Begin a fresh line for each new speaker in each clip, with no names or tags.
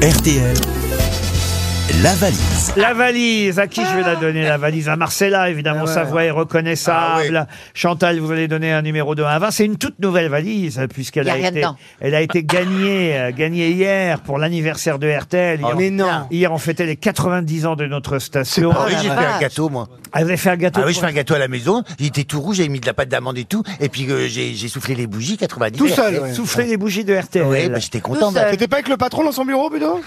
RTL, la valise.
La valise, à qui je vais la donner La valise à Marcella, évidemment,
Ah
Savoie est reconnaissable. Chantal, vous allez donner un numéro de 1 à 20. C'est une toute nouvelle valise, puisqu'elle
Y a
a,
rien
été,
dedans.
elle a été gagnée, euh, gagnée hier pour l'anniversaire de RTL. Hier,
mais non.
hier, on fêtait les 90 ans de notre station.
Ah oui, j'ai fait
vache.
un gâteau, moi.
Ah, vous avez fait un gâteau
Ah oui, je
pour-
fais un gâteau à la maison. Il était tout rouge, j'avais mis de la pâte d'amande et tout. Et puis euh, j'ai j'ai soufflé les bougies 90.
Tout seul, ouais.
Souffler les bougies de RTL.
Ouais, bah, j'étais content.
Tout
bah.
seul.
T'étais pas avec le patron dans son bureau, plutôt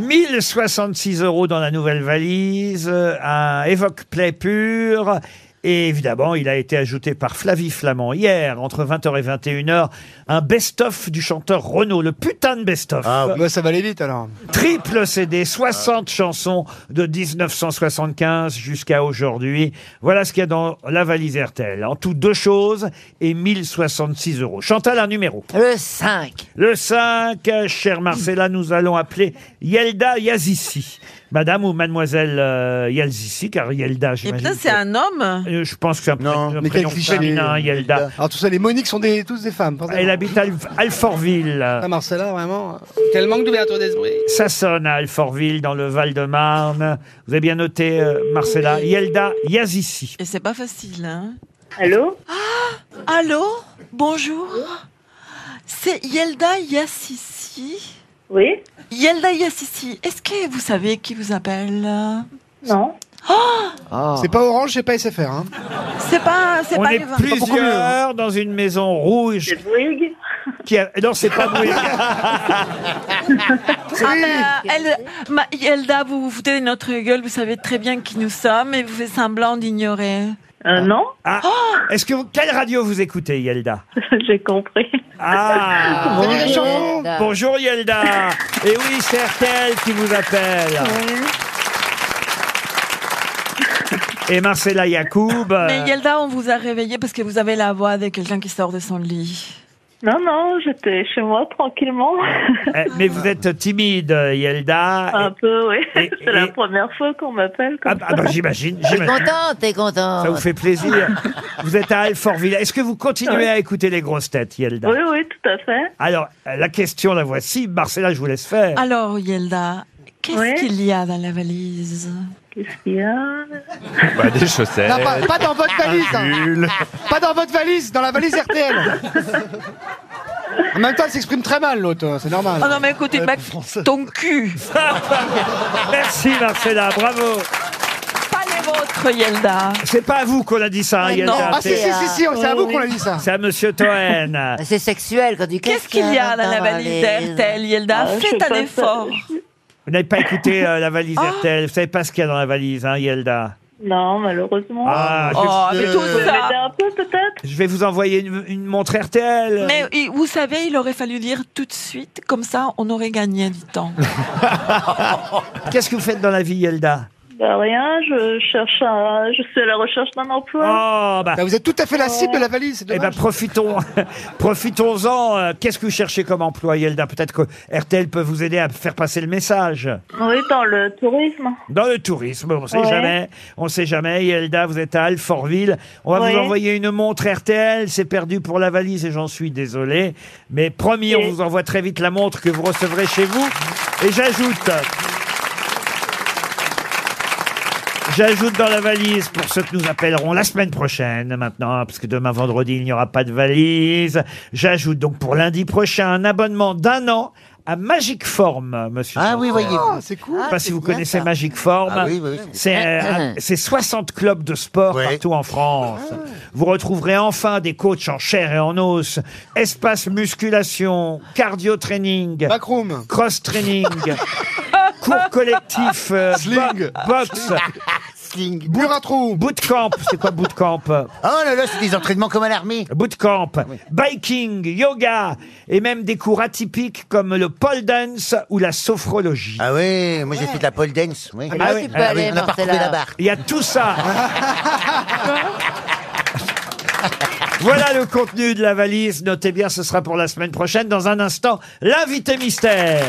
1066 euros dans la nouvelle valise, euh, un Evoque Play pur. Et évidemment, il a été ajouté par Flavie Flamand hier, entre 20h et 21h, un best-of du chanteur Renaud, le putain de best-of.
Ah oui.
Bah, ça va aller vite, alors.
Triple CD, 60 chansons de 1975 jusqu'à aujourd'hui. Voilà ce qu'il y a dans la valise RTL. En tout, deux choses et 1066 euros. Chantal, un numéro.
Le 5.
Le 5, chère Marcella, nous allons appeler Yelda Yazissi. Madame ou mademoiselle euh, Yazissi, car Yelda,
Et
j'imagine.
putain, c'est
que-
un homme
Euh, Je pense que c'est un,
Non,
pré- un
mais quel
prénom
cliché,
féminin,
les-
Yelda.
Alors, tout ça, les Moniques sont des, tous des femmes. forcément.
Elle habite à Alf- Alfortville.
Ah, Marcella, vraiment.
Quel manque d'ouverture d'esprit.
Ça sonne à Alfortville, dans le Val-de-Marne. Vous avez bien noté, euh, Marcella. Yelda Yazissi.
et c'est pas facile. Hein.
Allô
Allô Bonjour C'est Yelda Yassissi.
Oui
Yelda Yassissi, est-ce que vous savez qui vous appelle
Non
C'est pas Orange, c'est pas SFR. Hein.
C'est pas, c'est
On
pas
est
les vins.
plusieurs dans une maison rouge
C'est Bouygues
qui a... Non, c'est pas Bouygues.
Ah, bah, elle- ma- Yelda, vous vous foutez de notre gueule, vous savez très bien qui nous sommes et vous faites semblant d'ignorer.
Euh, Non
Ah, Est-ce que... vous- Quelle radio vous écoutez, Yelda
J'ai compris.
Ah
Salut les chansons
Bonjour Yelda Et oui, c'est RTL qui vous appelle Et Marcella Yacoub euh,
Mais Yelda, on vous a réveillé parce que vous avez la voix de quelqu'un qui sort de son lit.
Non, non, j'étais chez moi tranquillement.
euh, mais vous êtes timide, euh, Yelda.
Un peu, oui.
et-
C'est la
et-
première fois qu'on m'appelle
Ah,
Ah, comme
ah bah, j'imagine,
T'es
j'imagine.
contente, t'es contente.
Ça vous fait plaisir. Vous êtes à Alfortville. Est-ce que vous continuez à écouter les grosses têtes, Yelda
ça. Oui, oui, tout à fait.
Alors, euh, la question, la voici. Marcella, je vous laisse faire.
Alors, Yelda, qu'est-ce
Ouais.
qu'il y a dans la valise
Qu'est-ce qu'il y a
Bah, des chaussettes.
Non, pas, pas dans votre valise. hein.
Nul.
Pas dans votre valise, dans la valise RTL. en même temps, elle s'exprime très mal, l'autre. euh, C'est normal.
Oh non, mais écoutez,
Ouais,
bah,
pour français.
ton cul,
Merci, Marcella. Bravo.
pas les vôtres, Yelda.
C'est pas à vous qu'on a dit ça, hein,
Mais
Yelda.
non.
Ah, si, si,
C'est
si, si, c'est à vous qu'on a dit ça.
c'est à Monsieur Toen.
C'est sexuel quand tu
Qu'est-ce qu'il y a dans la valise d'RTL, Yelda
Ah, je sais
Faites un
pas,
effort.
Vous n'avez pas écouté euh, la valise
Ah
RTL. Vous savez pas ce qu'il y a dans la valise, hein, Yelda.
Non, malheureusement.
Ah, je-
Oh, mais tout
Vous
ça.
m'aidez un peu peut-être
je, vais vous envoyer une, une montre RTL.
Mais il- vous savez, il aurait fallu dire tout de suite, comme ça on aurait gagné du temps.
Qu'est-ce que vous faites dans la vie, Yelda
Bah rien, je cherche un... Je suis à la recherche d'un emploi.
Oh, bah.
Bah, vous êtes tout à fait la cible de la valise. c'est
Eh ben
dommage.
profitons, profitons-en. Euh, Qu'est-ce que vous cherchez comme emploi, Yelda Peut-être que RTL peut vous aider à faire passer le message.
Oui, dans le tourisme.
Dans le tourisme, on sait
Ouais.
jamais, on sait jamais. Yelda, vous êtes à Alfortville. On va vous
Ouais.
envoyer une montre RTL. C'est perdu pour la valise et j'en suis désolé. Mais promis, on
Et-
vous envoie très vite la montre que vous recevrez chez vous. Et j'ajoute. J'ajoute dans la valise pour ceux que nous appellerons la semaine prochaine maintenant, hein, parce que demain vendredi il n'y aura pas de valise. J'ajoute donc pour lundi prochain un abonnement d'un an à Magic Form, monsieur.
Ah oui, voyez.
Ah, c'est Ah. cool.
Je sais pas si vous connaissez Magic Form.
Ah oui, oui. oui.
C'est euh, c'est 60 clubs de sport
Ouais.
partout en France.
Ah.
Vous retrouverez enfin des coachs en chair et en os, espace musculation, cardio training,
Bah,
Backroom.
cross training, cours collectif, euh,
Sling.
bo- boxe,
Sling.
Buratrou.
bootcamp, c'est quoi bootcamp euh,
Oh là là, c'est des entraînements comme à l'armée.
Bootcamp,
Ah
biking, yoga et même des cours atypiques comme le pole dance ou la sophrologie.
Ah ouais, moi j'ai fait de la pole dance. Ouais.
Ah oui, tu peux aller,
on a pas retrouvé
Marcella.
la barre.
Il y a tout ça. voilà le contenu de la valise. Notez bien, ce sera pour la semaine prochaine. Dans un instant, l'invité mystère.